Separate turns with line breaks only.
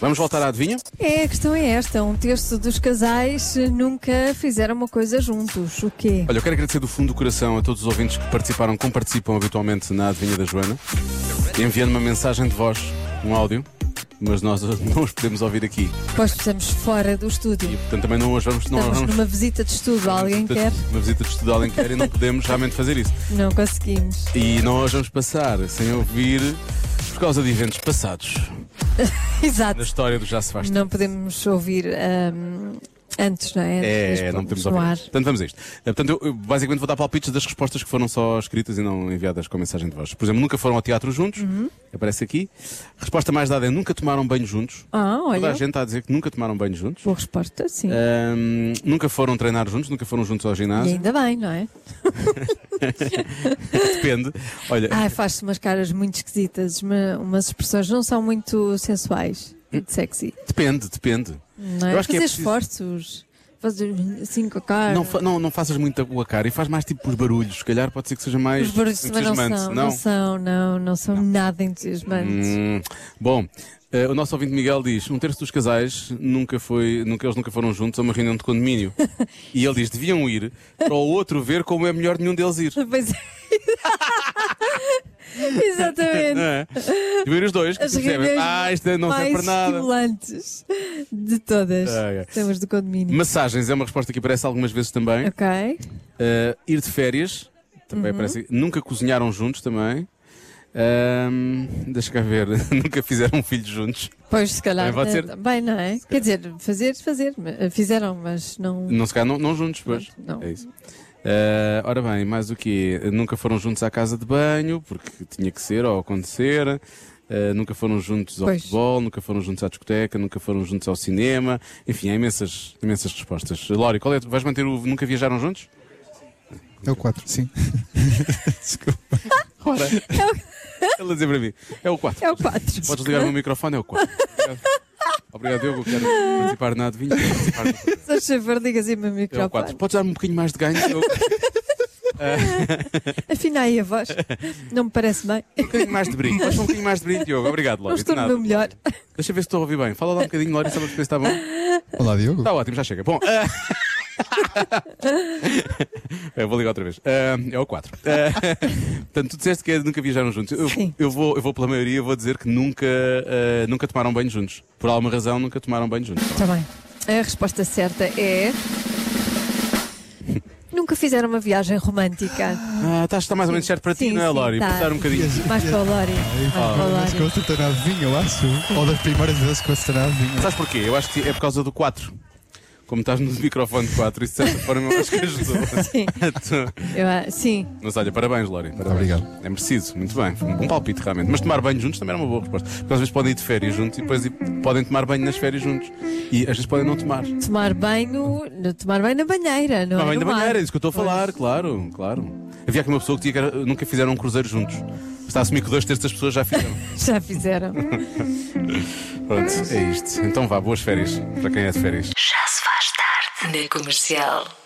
Vamos voltar à adivinha?
É, a questão é esta. Um terço dos casais eh, nunca fizeram uma coisa juntos. O quê?
Olha, eu quero agradecer do fundo do coração a todos os ouvintes que participaram, como participam habitualmente na adivinha da Joana, enviando uma mensagem de voz, um áudio, mas nós não os podemos ouvir aqui.
Pois estamos fora do
E
estúdio.
portanto também não hoje vamos. Não,
Estamos
vamos
numa visita de estudo. Alguém quer?
Uma visita de estudo alguém quer e não podemos realmente fazer isso.
Não conseguimos.
E nós vamos passar sem ouvir por causa de eventos passados na
Exato.
história do Já Se Faz Tempo.
Não podemos ouvir ahm, antes, não é? Antes
É,
de
não podemos
pôrmos no
ouvir.
ar.
Portanto, vamos a isto. Eh, Portanto, eu, eu basicamente vou dar palpites das respostas que foram só escritas e não enviadas com mensagem de voz. Por exemplo, nunca foram ao teatro juntos,
Uhum.
aparece aqui. Resposta mais dada é nunca tomaram banho juntos.
Ah,
Toda a
olha.
gente É. está a dizer que nunca tomaram banho juntos.
Boa resposta, sim.
Ahm, nunca foram treinar juntos, nunca foram juntos ao
E
ginásio.
ainda bem, não é?
Depende. Olha,
Ai, faz-se umas caras muito esquisitas, uma- umas expressões não são muito sensuais, muito sexy.
depende, depende.
Não é?
Hum. Eu acho que
Fazer
é preciso-
esforços, fazer assim com a cara.
Não, fa- não, não faças muito a boa cara e faz mais tipo os barulhos. Se calhar pode ser que seja mais
Os barulhos também não
entusiasmante.
são, não. são, não, não são nada entusiasmantes.
Hum, bom, eh, o nosso ouvinte Miguel diz: um terço dos casais nunca foi, nunca, eles nunca foram juntos a uma reunião de condomínio. e ele diz: deviam ir para o outro ver como é melhor nenhum deles ir.
Pois é. Exatamente.
É. Deviam ir os dois, que
As
percebem.
reuniões
Ah, isto não serve
mais
para nada. Ah,
estimulantes de todas.
Ai, ai.
Estamos do condomínio.
Massagens é uma resposta que aparece algumas vezes também.
Ok.
Eh, ir de férias, também
Uhum.
aparece. Nunca cozinharam juntos também. Ahm, deixa cá ver, nunca fizeram um filho juntos.
Pois, se calhar.
Também pode ser.
Também, não é? Quer dizer, fazer, fazer. mas- eh, Fizeram, mas não.
Não se calhar não, não juntos, Hum, pois.
Não.
É isso. Eh, ora bem, mais o quê? Nunca foram juntos à casa de banho, porque tinha que ser ou acontecer. Eh, nunca foram juntos ao
Pois.
futebol, nunca foram juntos à discoteca, nunca foram juntos ao cinema. Enfim, há imensas, imensas respostas. Lori, qual é? Vais manter o Nunca Viajaram Juntos?
É o 4, sim.
Ora, ela dizia para mim: é o 4.
É o 4.
Podes ligar o meu microfone, é o 4. Obrigado. Obrigado, Diogo. Quero participar na adivinha. Quero participar no-
Só favor, digas aí o assim, meu
É o 4.
microfone.
Podes dar-me um bocadinho mais de ganho? Eu-
Afina aí a voz. Não me parece bem.
Um bocadinho mais de brilho. Podes dar um bocadinho mais de brilho, Diogo. Obrigado,
Não
Lori.
estou
de
no
nada.
meu melhor.
Deixa eu ver se estou a ouvir bem. Fala lá um bocadinho, Lori, só para perceber se está bom.
Olá, Diogo.
Está Tá ótimo, já chega. Bom. ah, eu vou ligar outra vez. Ah, é o 4. portanto, tu disseste que é de nunca viajaram juntos. Eu,
Sim.
eu vou, eu vou pela maioria, vou dizer que nunca, ah, nunca tomaram banho juntos. Por alguma razão, nunca tomaram banho juntos.
Está bem. A resposta certa é. Nunca fizeram uma viagem romântica.
Ah, tá- está mais ou menos certo para ti,
Sim,
não é,
sim,
Lori?
tá.
Por dar um bocadinho.
Mais para o Lori. Mais para o
Mas
Lori.
quando estou na adivinha, eu acho. Ou das primeiras vezes que eu estou na adivinha.
Sabes porquê? Eu acho que é por causa do 4. Como estás no microfone 4, isso de certa forma eu acho que ajudou.
Sim. Eu, ah, sim.
Mas olha, parabéns, Lori. Parabéns.
Obrigado.
É merecido, muito bem. Foi um bom palpite, realmente. Mas tomar banho juntos também era uma boa resposta. Porque às vezes podem ir de férias juntos e depois ir- podem tomar banho nas férias juntos. E às vezes podem não tomar.
Tomar banho, no- tomar banho na banheira, não
Tomar
é?
banho da
No mar.
banheira, é isso que eu estou a falar, claro, claro. Havia aqui uma pessoa que, tinha que era- nunca fizeram um cruzeiro juntos. Está a assumir que dois terços das pessoas já fizeram.
Já fizeram.
Pronto, é isto. Então vá, boas férias para quem é de férias.
Já se faz tarde na comercial.